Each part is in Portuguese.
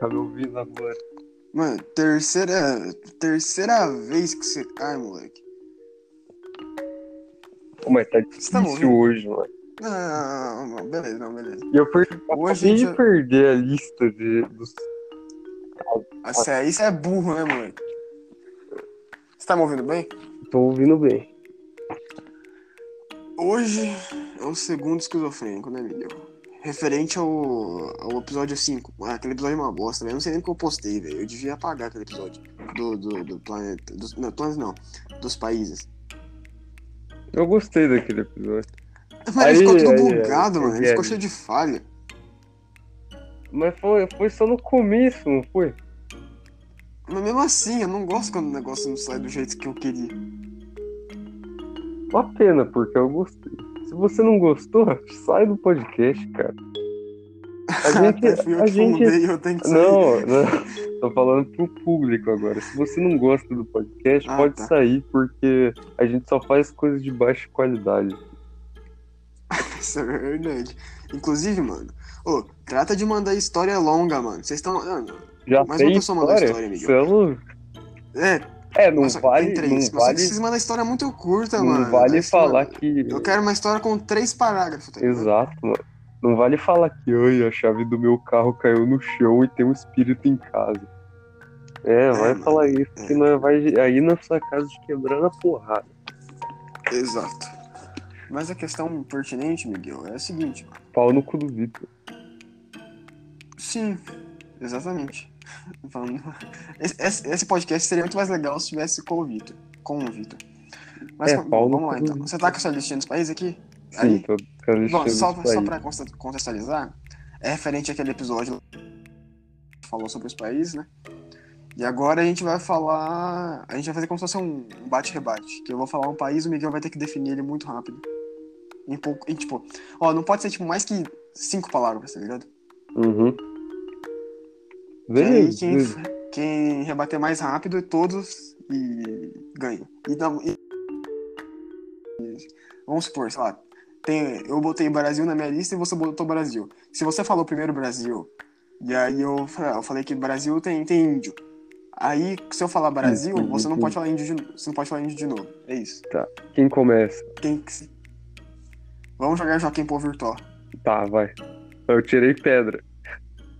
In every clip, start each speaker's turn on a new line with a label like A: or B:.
A: tá me ouvindo agora.
B: Mano, terceira, terceira vez que você cai, moleque.
A: Pô, mas tá
B: tá me
A: difícil hoje, mano.
B: Não, não, não, não, não, beleza, não, beleza.
A: E eu perdi,
B: Hoje
A: acabei
B: a gente
A: de
B: já-
A: perder a lista de, dos...
B: Assim, aí você é burro, né, moleque? Você tá me ouvindo bem?
A: Tô ouvindo bem.
B: Hoje é o segundo esquizofrênico, né, Emílio? Referente ao, ao episódio 5. Ah, aquele episódio é uma bosta, velho. Eu não sei nem o que eu postei, velho. Eu devia apagar aquele episódio do, do, do planeta. Dos, não, planeta não. Dos países.
A: Eu gostei daquele episódio.
B: Mas
A: Aí,
B: ficou tudo
A: aí,
B: bugado,
A: aí,
B: mano. Ele
A: aí,
B: ficou
A: aí.
B: cheio de falha.
A: Mas foi, foi só no começo, não foi?
B: Mas mesmo assim, eu não gosto quando o negócio não sai do jeito que eu queria.
A: Uma pena, porque eu gostei. Se você não gostou, sai do podcast, cara. A gente,
B: Até fui eu
A: a
B: É, que
A: gente
B: fundei, eu tenho que sair.
A: Não, não, tô falando pro público agora. Se você não gosta do podcast,
B: Ah,
A: pode
B: tá.
A: sair, porque a gente só faz coisas de baixa qualidade.
B: Isso é verdade. Inclusive, mano, ô, trata de mandar história longa, mano. Vocês estão.
A: Já
B: Mas uma
A: tem
B: pessoa mandou
A: história?
B: história, Miguel.
A: São-
B: É,
A: É, não
B: Nossa,
A: vale,
B: tem três,
A: não
B: mas
A: vale,
B: vocês uma história muito curta,
A: não
B: mano.
A: vale
B: Mas,
A: falar
B: mano,
A: que...
B: Eu quero uma história com três parágrafos. Tá ligado?
A: Exato, mano. Não vale falar que "Ai, a chave do meu carro caiu no chão e tem um espírito em casa. É, vai
B: mano,
A: falar isso,
B: é.
A: que nós vai aí na sua casa te quebrando a porrada.
B: Exato. Mas a questão pertinente, Miguel, é a seguinte, mano.
A: Pau no cu do Vitor.
B: Sim, exatamente. Vamos- Esse- Esse, esse podcast seria muito mais legal se tivesse com o Vitor. Com o Vitor. Mas
A: É,
B: vamos-
A: Paulo
B: vamos lá
A: com o
B: então. Você tá com essa listinha dos países aqui?
A: Sim, tô ficando
B: Bom, só,
A: isso
B: só
A: aí.
B: pra consta- contextualizar, é referente àquele episódio que falou sobre os países, né? E agora a gente vai falar. A gente vai fazer como se fosse um um bate-rebate. Que eu vou falar um país, o Miguel vai ter que definir ele muito rápido. Em pouco. Em, tipo, ó, não pode ser tipo mais que cinco palavras, tá ligado?
A: Uhum.
B: E aí,
A: Beleza.
B: quem, quem rebater mais rápido, todos e ganha. E, dá- um, e- e- vamos supor, sei lá, tem- eu botei Brasil na minha lista e você botou Brasil. Se você falou primeiro Brasil, e aí eu, fa- eu falei que Brasil tem, tem índio. Aí, se eu falar Brasil,
A: Uhum,
B: você não
A: uhum.
B: pode falar índio de, no- você não pode falar índio de novo. É isso.
A: Quem começa?
B: Tem que se- Vamos jogar Joaquim Pô Virtual.
A: Tá, vai. Eu tirei pedra.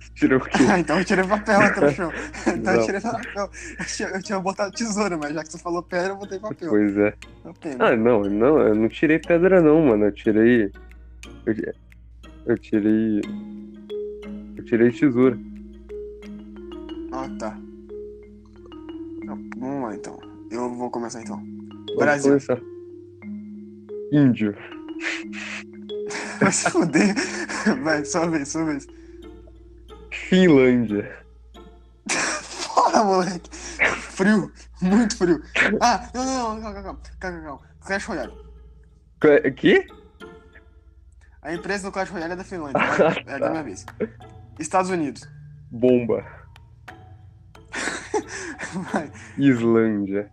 A: Você Tirou o quê?
B: então eu tirei papel, trouxão. Então eu
A: Não.
B: tirei papel. Eu tinha, eu tinha botado tesoura, mas já que você falou pedra, eu botei papel. Então, né?
A: Pois é.
B: Uma pena.
A: Ah, não, não, eu não tirei pedra não, mano. Eu tirei. Eu, ti- eu tirei. Eu tirei tesoura.
B: Ah, tá. Tá, Vamos lá, então. Eu vou começar, então.
A: Pode
B: Brasil.
A: começar. Índio.
B: Vai se fuder. Vai, sua vez, sua vez.
A: Finlândia.
B: Porra, moleque. Frio. Muito frio. Ah, não, não, não. Calma, calma, calma. Calma, calma. Clash Royale.
A: Que- Que?
B: A empresa do Clash Royale é da Finlândia. É da minha vez. Estados Unidos.
A: Bomba.
B: Vai.
A: Islândia.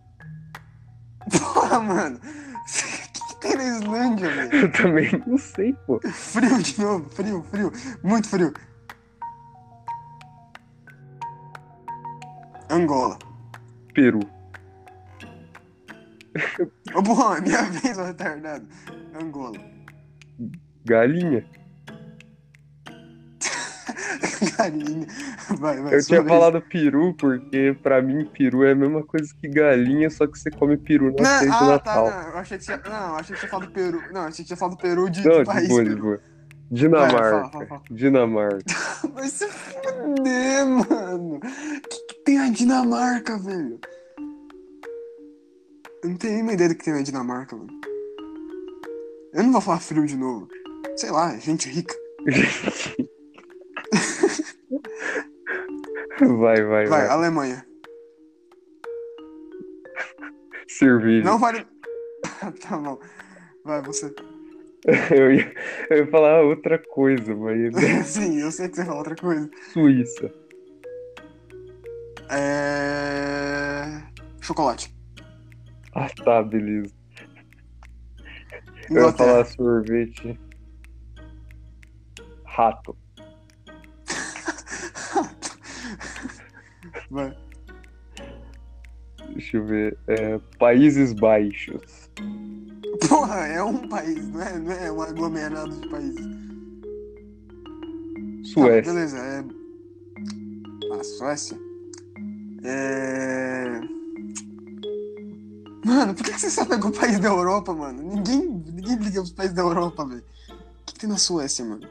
B: Porra, mano. O que, que tem na Islândia, velho?
A: Eu também não sei, pô.
B: Frio de novo. Frio, frio. Muito frio. Angola.
A: Peru.
B: Ô, Buan, é minha vez, ô retardado. Angola.
A: Galinha.
B: Galinha. Vai, vai.
A: Eu
B: sua
A: tinha
B: vez.
A: falado peru porque pra mim peru é a mesma coisa que galinha, só que você come peru na
B: Não,
A: frente do
B: ah, tá.
A: Natal.
B: Não, eu achei que tinha. Não, eu achei que tinha falado Peru. Não, eu achei que tinha falado Peru de,
A: Não,
B: de
A: de
B: país.
A: boa, de
B: Peru.
A: boa. Dinamarca.
B: Vai, fala, fala,
A: Dinamarca.
B: Vai se fuder, mano. O que, que tem na Dinamarca, velho? Eu não tenho nenhuma ideia do que tem na Dinamarca, mano. Eu não vou falar frio de novo. Sei lá, gente rica.
A: Vai, vai,
B: Vai,
A: vai.
B: Alemanha.
A: Cerveja.
B: Não vale. tá bom. Vai, você.
A: Eu ia, eu ia falar outra coisa, mas. é
B: Sim, eu sei que você fala outra coisa.
A: Suíça.
B: É... Chocolate.
A: Ah, tá, beleza. Eu ia
B: Inglaterra.
A: falar sorvete. Rato.
B: Vai.
A: Deixa eu ver. É, Países Baixos.
B: Porra, é um país, não é, não é um aglomerado de países. Tá,
A: Suécia.
B: beleza, é. A Suécia? É. Mano, por que que você só pegou o país da Europa, mano? Ninguém, ninguém liga pros países da Europa, velho. O que, que tem na Suécia, mano?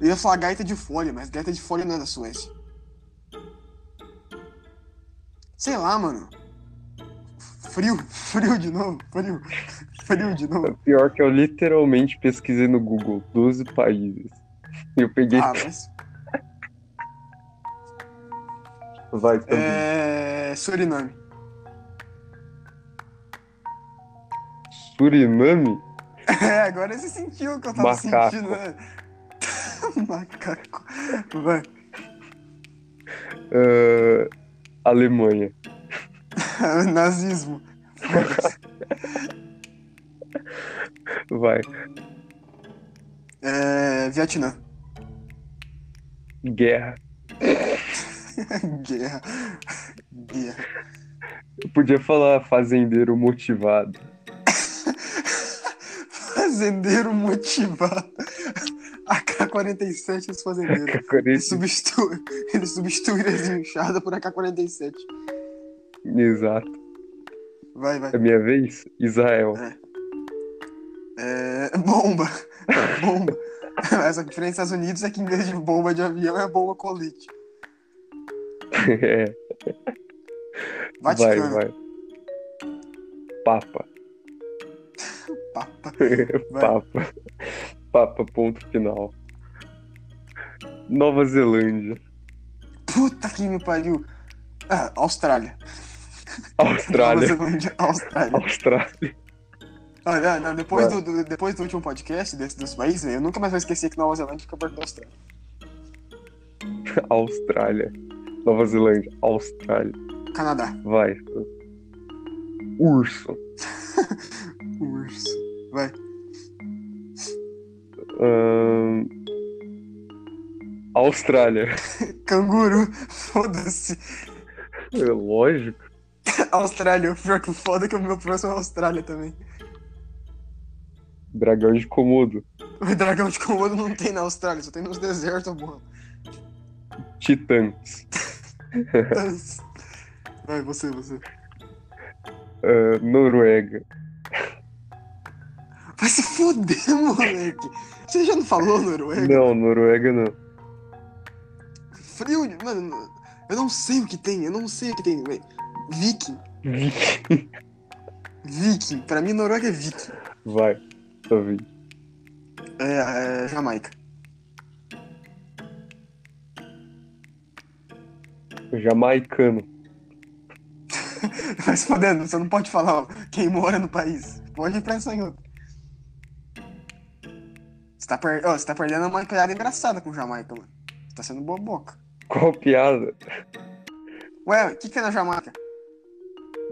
B: Eu ia falar gaita de folha, mas gaita de folha não é da Suécia. Sei lá, mano. Frio, frio de novo, frio. Frio de novo.
A: Pior que eu literalmente pesquisei no Google 12 países. E eu peguei.
B: Ah, mas.
A: Vai também.
B: É. Suriname.
A: Suriname?
B: É, agora você sentiu o que eu tava
A: Macaco.
B: sentindo, né? Macaco. Vai.
A: Ah, Alemanha.
B: Nazismo.
A: Vai.
B: É, Vietnã.
A: Guerra.
B: Guerra. Guerra.
A: Eu podia falar fazendeiro motivado.
B: Fazendeiro motivado. AK-47 dos fazendeiros. é Ele
A: Cacarete.
B: substitui, ele substitui as inchadas por AK-47.
A: Exato.
B: Vai, vai.
A: É minha vez? Israel.
B: É, bomba. Bomba. Essa diferença dos Estados Unidos é que em vez de bomba de avião é bomba colete.
A: É. Vai,
B: Vaticano.
A: vai. Papa.
B: Papa.
A: Papa. Papa, ponto final. Nova Zelândia.
B: Puta que me pariu. Ah, Austrália.
A: Austrália.
B: Nova Zelândia, Austrália.
A: Austrália.
B: Olha, não, depois,
A: Vai.
B: do, do- depois do último podcast desse, desse país, eu nunca mais vou esquecer que Nova Zelândia fica perto da Austrália.
A: Austrália. Nova Zelândia. Austrália.
B: Canadá.
A: Vai. Urso.
B: Urso.
A: Ahn, Austrália.
B: Canguru. Foda-se.
A: É lógico.
B: Austrália. O pior que foda é que o meu próximo é Austrália também.
A: Dragão de Komodo.
B: O dragão de Komodo não tem na Austrália, só tem nos desertos, porra.
A: Titãs.
B: Vai, você, você.
A: Ahn, Ah, Noruega.
B: Vai se foder, moleque. Você já não falou Noruega?
A: Não, Noruega não.
B: Frio, de- mano. Eu não sei o que tem, eu não sei o que tem, velho. Viking, Viking. Pra mim, Noruega é Viking.
A: Vai. Tá vindo.
B: É, é Jamaica.
A: Jamaicano.
B: Vai se fodendo, você não pode falar ó, quem mora no país. Pode pensar em outro. Você tá, per... ó, você tá perdendo uma piada engraçada com Jamaica, mano. Você tá sendo boa boca.
A: Qual piada?
B: Ué, o que que é na Jamaica?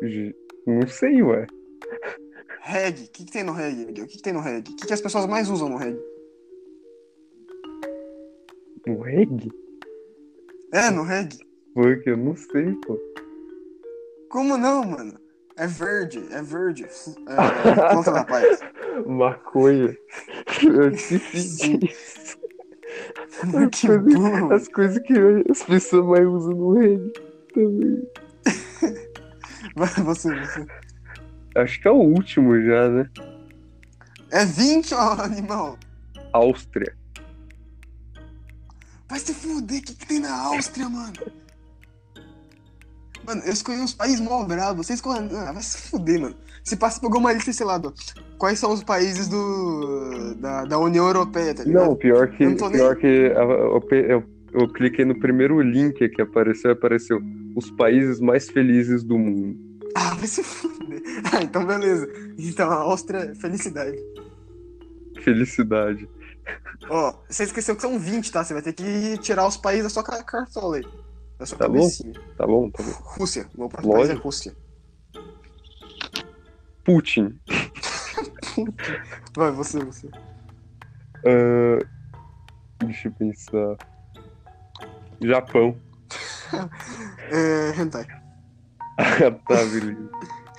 A: Ge- Não sei, ué.
B: Reggae. O que que tem no reggae, Miguel? O que que tem no reggae? O que que as pessoas mais usam no reggae?
A: No reggae?
B: É, no reggae.
A: Funk, eu não sei, pô.
B: Como não, mano? É verde, é verde. É, conta na paz.
A: Maconha. Eu esqueci disso.
B: que burro.
A: As coisas que as pessoas mais usam no reggae também.
B: Vai, Você, você.
A: Acho que é o último já, né?
B: É 20, ó, animal.
A: Áustria.
B: Vai se fuder, o que, que tem na Áustria, mano? Mano, eu escolhi uns países mó bravos. Você escolhe. Ah, vai se fuder, mano. Se passa por uma lista, sei lá, do... quais são os países do. da, da União Europeia, tá ligado?
A: Não, pior que.
B: Eu não tô nem-
A: Pior que a- eu, pe- eu- eu cliquei no primeiro link que apareceu, apareceu os países mais felizes do mundo.
B: Ah, vai se fuder. Ah, então beleza. Então a Áustria, felicidade.
A: Felicidade.
B: Ó, você esqueceu que são 20, tá? Você vai ter que tirar os países da sua ca- cartola aí. Da sua
A: Tá bom?
B: cabecinha.
A: Tá bom? Tá bom.
B: Rússia. O meu próximo país é
A: Lógico.
B: Rússia.
A: Putin.
B: Vai, você, você.
A: Ah, Ahn, deixa eu pensar. Japão.
B: É, hentai.
A: Ah, tá, beleza.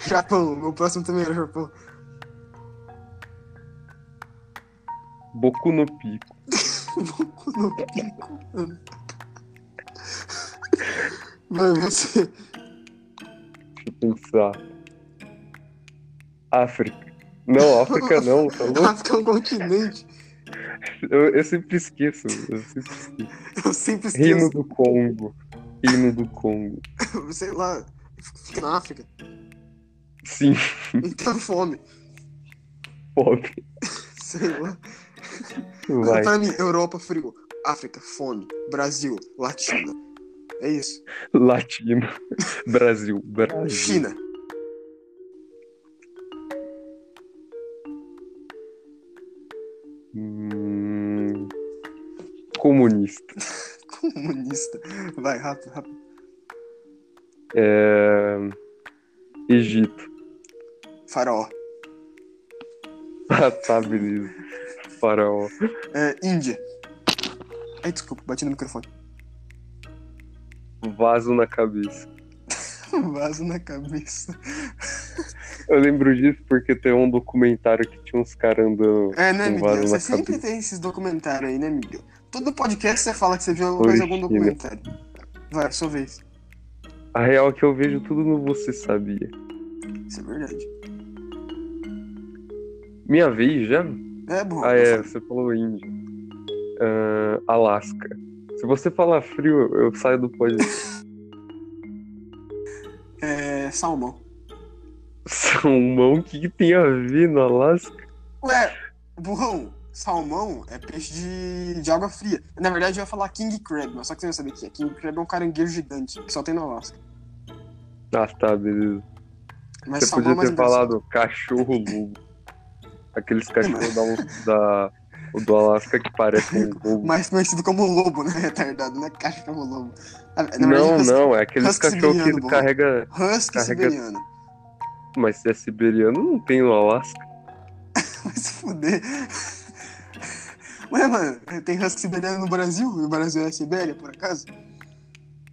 B: Japão, meu próximo também era Japão.
A: Boku no Pico.
B: Boku no pico, mano. Vai, você.
A: Deixa eu pensar. África. Não, África não. Tá louco?
B: África é um continente.
A: Eu, eu sempre esqueço. Eu sempre esqueço.
B: Eu sempre
A: Reino
B: esqueço.
A: do Congo. Reino do Congo.
B: Sei lá. Fica na África.
A: Sim,
B: Então fome.
A: pop.
B: Sei lá.
A: Vai.
B: Pra mim, Europa, frio. África, fome. Brasil, Latina. É isso.
A: Latino. Brasil. Brasil.
B: China.
A: Hum, comunista.
B: Comunista. Vai, rápido, rápido.
A: É, Egito.
B: Faraó.
A: Ah, tá, beleza. Faraó.
B: É, Índia. Ai, desculpa, bati no microfone.
A: Vaso na cabeça.
B: Vaso na cabeça.
A: Eu lembro disso porque tem um documentário que tinha uns caras andando.
B: É, né,
A: com
B: Miguel?
A: vaso
B: Você
A: na
B: sempre
A: cabeça.
B: tem esses documentários aí, né, Miguel? Todo podcast você fala que você viu mais algum
A: China.
B: documentário. Vai, sua vez.
A: A real é que eu vejo tudo no Você Sabia.
B: Isso é verdade.
A: Minha vez já?
B: É bom.
A: Ah, é, você falou Índia. Ah, Alasca. Se você falar frio, eu saio do podcast.
B: É, salmão.
A: Salmão, o que, um que tem a ver no Alasca?
B: Ué, burrão, salmão é peixe de, de água fria. Na verdade, eu ia falar King Crab, mas só que você não sabe o que é. King Crab é um caranguejo gigante, que só tem no Alasca.
A: Ah, tá, beleza.
B: Mas
A: Você
B: salmão
A: podia
B: é mais
A: ter
B: engraçado.
A: falado cachorro lobo. Aqueles cachorros da, da- do Alasca que parecem um lobo.
B: Mais conhecido como lobo, né? Retardado, não é caixa como lobo. Ah, na
A: Não,
B: verdade,
A: não, é aqueles
B: husky
A: cachorros
B: siberiano,
A: que
B: bom.
A: carrega.
B: Husky
A: Carrega-
B: siberiano.
A: Mas se é siberiano, não tem no Alasca.
B: Vai se fuder. Ué, mano, tem husky siberiano no Brasil? E o Brasil é a Sibéria, por acaso?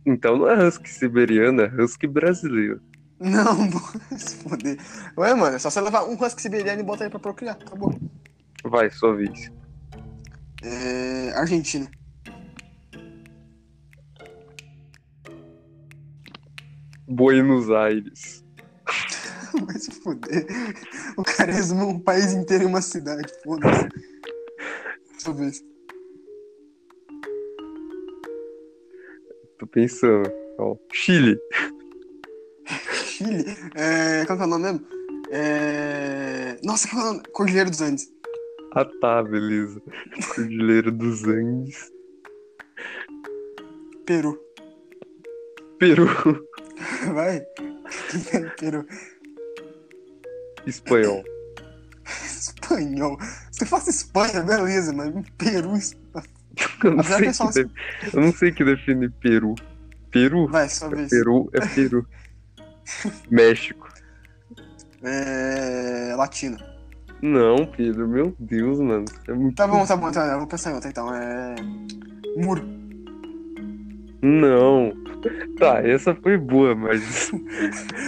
A: Então não é husky siberiano, é husky brasileiro.
B: Não, vai se fuder. Ué, mano, é só você levar um husky siberiano e botar ele pra procriar, tá acabou.
A: Vai, sua vez.
B: É... Argentina.
A: Buenos Aires.
B: Vai se fuder. O cara resume um país inteiro em uma cidade, foda-se. Deixa eu ver.
A: Tô pensando. Ó, Chile.
B: Chile? É... Qual que é o nome mesmo? É... Nossa, qual é o nome? Cordilheira dos Andes.
A: Ah tá, beleza. Cordilheira dos Andes.
B: Peru.
A: Peru.
B: Vai. Quem é Peru?
A: Espanhol.
B: Espanhol. Você faz Espanha, beleza, mas Peru. es- é
A: Eu não,
B: Apesar
A: sei
B: que só-
A: que de- Eu não sei que define Peru. Peru?
B: Vai, sua vez.
A: Peru é Peru. México.
B: É. Latino.
A: Não, Pedro, meu Deus, mano. É muito...
B: Tá bom, tá bom, tá bom. Eu vou pensar em outra então. É. Muro.
A: Não. Tá, essa foi boa, mas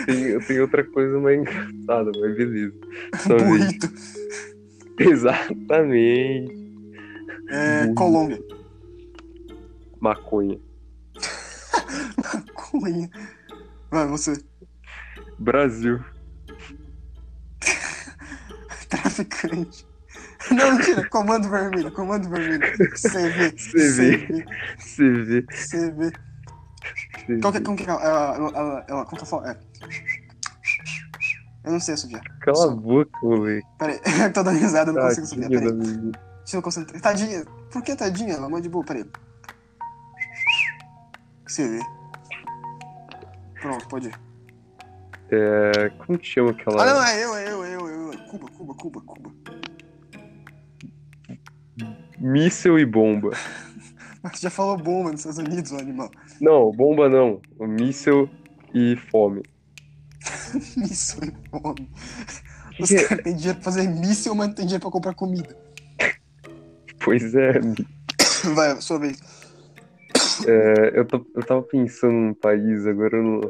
A: tem, tem outra coisa mais engraçada, mas beleza. Sua vez.
B: Burrito.
A: Exatamente.
B: É.
A: Burrito.
B: Colômbia.
A: Maconha.
B: Cunha. Vai, você.
A: Brasil.
B: Traficante. Não, mentira. Comando vermelho. Comando vermelho. CV.
A: CV. CV.
B: CV.
A: CV.
B: Qual que é. Como que é. Ela. Ela. ela- ela- Como que eu falo? É. Eu não sei assobiar.
A: Cala a boca, moleque.
B: Pera aí. Eu tô dando risada, eu
A: Tá,
B: não consigo assobiar.
A: Tadinha
B: Pera aí.
A: da menina.
B: Deixa eu concentrar. Tadinha. Por que tadinha? Ela manda de boa, peraí. CV. Pronto, pode ir.
A: É, como que chama aquela?
B: Ah, não, é eu, é eu, é eu, é eu. Cuba, Cuba, Cuba, Cuba.
A: Míssel e bomba.
B: Mas você já falou bomba nos Estados Unidos, o animal.
A: Não, bomba não. Míssel e fome.
B: Míssil e fome.
A: Que
B: é Os
A: que é?
B: caras têm dinheiro pra fazer míssil, mas não tem dinheiro pra comprar comida.
A: Pois é,
B: Vai, sua vez.
A: É, eu, tô, eu tava pensando num país, agora eu não.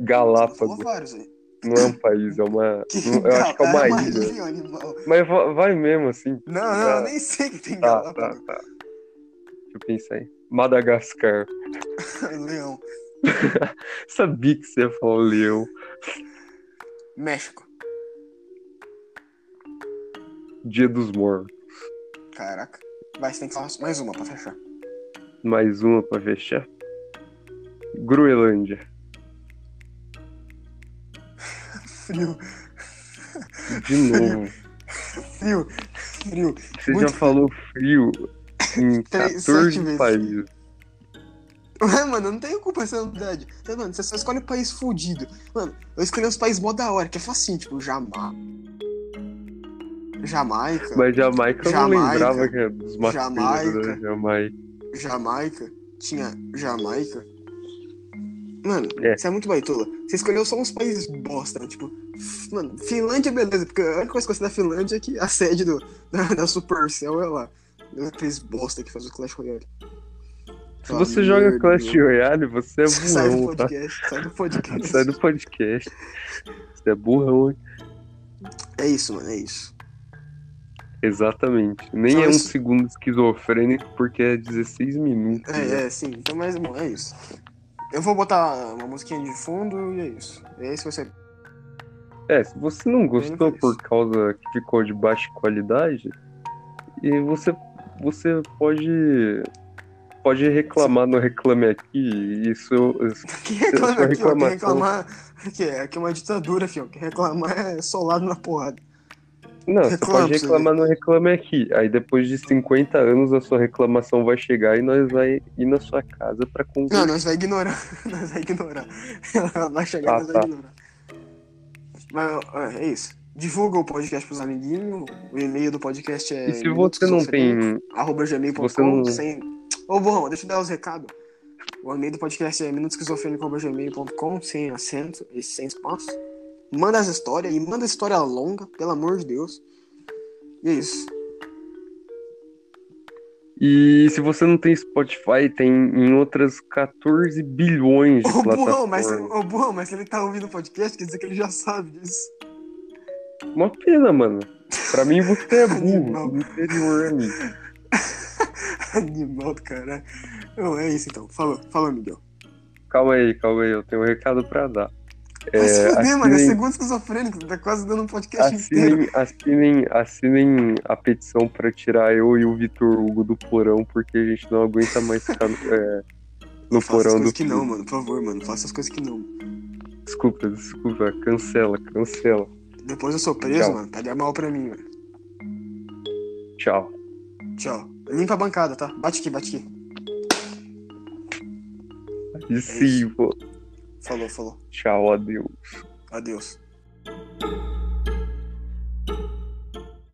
A: Galápagos.
B: Falou vários aí.
A: Não é um país, é uma. não- eu acho que é
B: Gal-
A: uma
B: ilha,
A: ilha.
B: animal.
A: Mas va- vai mesmo, assim.
B: Não, não, eu nem sei que tem
A: Tá, tá,
B: Galápagos.
A: tá, tá. Deixa eu pensar aí. Madagascar.
B: Leão.
A: Sabia que você ia falar o leão.
B: México.
A: Dia dos Mortos.
B: Caraca. Vai, você tem que falar mais uma pra fechar.
A: Mais uma pra fechar. Groenlândia.
B: Frio,
A: De novo.
B: frio, frio.
A: Você
B: Muito
A: já falou frio em 14
B: Três, sete vezes.
A: países.
B: Ué, mano, eu não tenho culpa essa ansiedade. Tá, mano, você só escolhe país fudido. Mano, eu escolhi uns países mó da hora, que é facinho, tipo, Jamaica. Jamaica.
A: Mas Jamaica eu não
B: Jamaica.
A: lembrava que era dos maconheiros da
B: Jamaica.
A: Jamaica.
B: Jamaica. Tinha Jamaica. Mano,
A: É.
B: você é muito baitola. Você escolheu só uns países bosta, né? Tipo, mano, Finlândia, beleza, porque a única coisa que eu sei da Finlândia é que a sede do, da, da Supercell é lá. Aqueles bosta que faz o Clash Royale.
A: Se você joga Clash Royale, você é
B: Sai do
A: burrão, tá?
B: podcast, sai do podcast.
A: Sai do podcast. Você é burrão, hein?
B: É isso, mano, é isso.
A: Exatamente. Nem é
B: Não,
A: um
B: Então isso-
A: segundo esquizofrênico, porque é 16 minutos. né?
B: É, é, sim. Então, mas, bom, é isso. Eu vou botar uma musiquinha de fundo e é isso. É isso que você...
A: É, se você não gostou
B: fez.
A: por causa que ficou de baixa qualidade, e você, você pode, pode reclamar no Reclame Aqui. Isso,
B: Quem
A: Sua
B: reclama aqui, ó,
A: reclamação.
B: quem reclamar... Aqui é, aqui é uma ditadura, filho. Quem reclamar é solado na porrada.
A: Não, você
B: Reclama
A: pode
B: pra você
A: reclamar no Reclame Aqui. Aí depois de 50 anos a sua reclamação vai chegar e nós vai ir na sua casa pra
B: Não,
A: conversar.
B: nós vai ignorar. Nós vai ignorar. Ela vai chegar,
A: Ah,
B: nós
A: tá.
B: vai ignorar. Mas, ó, é isso. Divulga o podcast pros amiguinhos. O e-mail do podcast é...
A: E se você não tem.
B: arroba
A: Você não-
B: gmail.com sem... Ô, Borrão, deixa eu dar os recados. O e-mail do podcast é minutosquizofrênico.gmail.com sem acento e sem espaço. Manda as histórias e manda história longa, pelo amor de Deus. E é isso.
A: E se você não tem Spotify, tem em outras 14 bilhões de
B: Ô, Burrão,
A: plataformas.
B: mas, ô, Burrão, mas se ele tá ouvindo o podcast, quer dizer que ele já sabe disso.
A: Uma pena, mano. Pra mim você é burro.
B: Não.
A: do interior, amigo.
B: Animal do caralho. Não, é isso então. Falou, falou, Miguel.
A: Calma aí, calma aí. Eu tenho um recado pra dar. É,
B: Vai se fuder, mano. É
A: assinem-
B: segundo esquizofrênico. Tá quase dando um podcast inteiro.
A: Assinem, assinem, assinem a petição pra tirar eu e o Vitor Hugo do porão, porque a gente não aguenta mais ficar é, no
B: Faça as
A: porão do.
B: coisas que não, mano. Por favor, mano. Faça as coisas que não.
A: Desculpa, desculpa, cancela, cancela.
B: Depois eu sou preso,
A: Tchau.
B: mano. Tá mal pra mim, velho.
A: Tchau.
B: Tchau. Limpa a bancada, tá? Bate aqui, bate aqui.
A: E sim, pô.
B: É Falou, falou.
A: Tchau, adeus.
B: Adeus.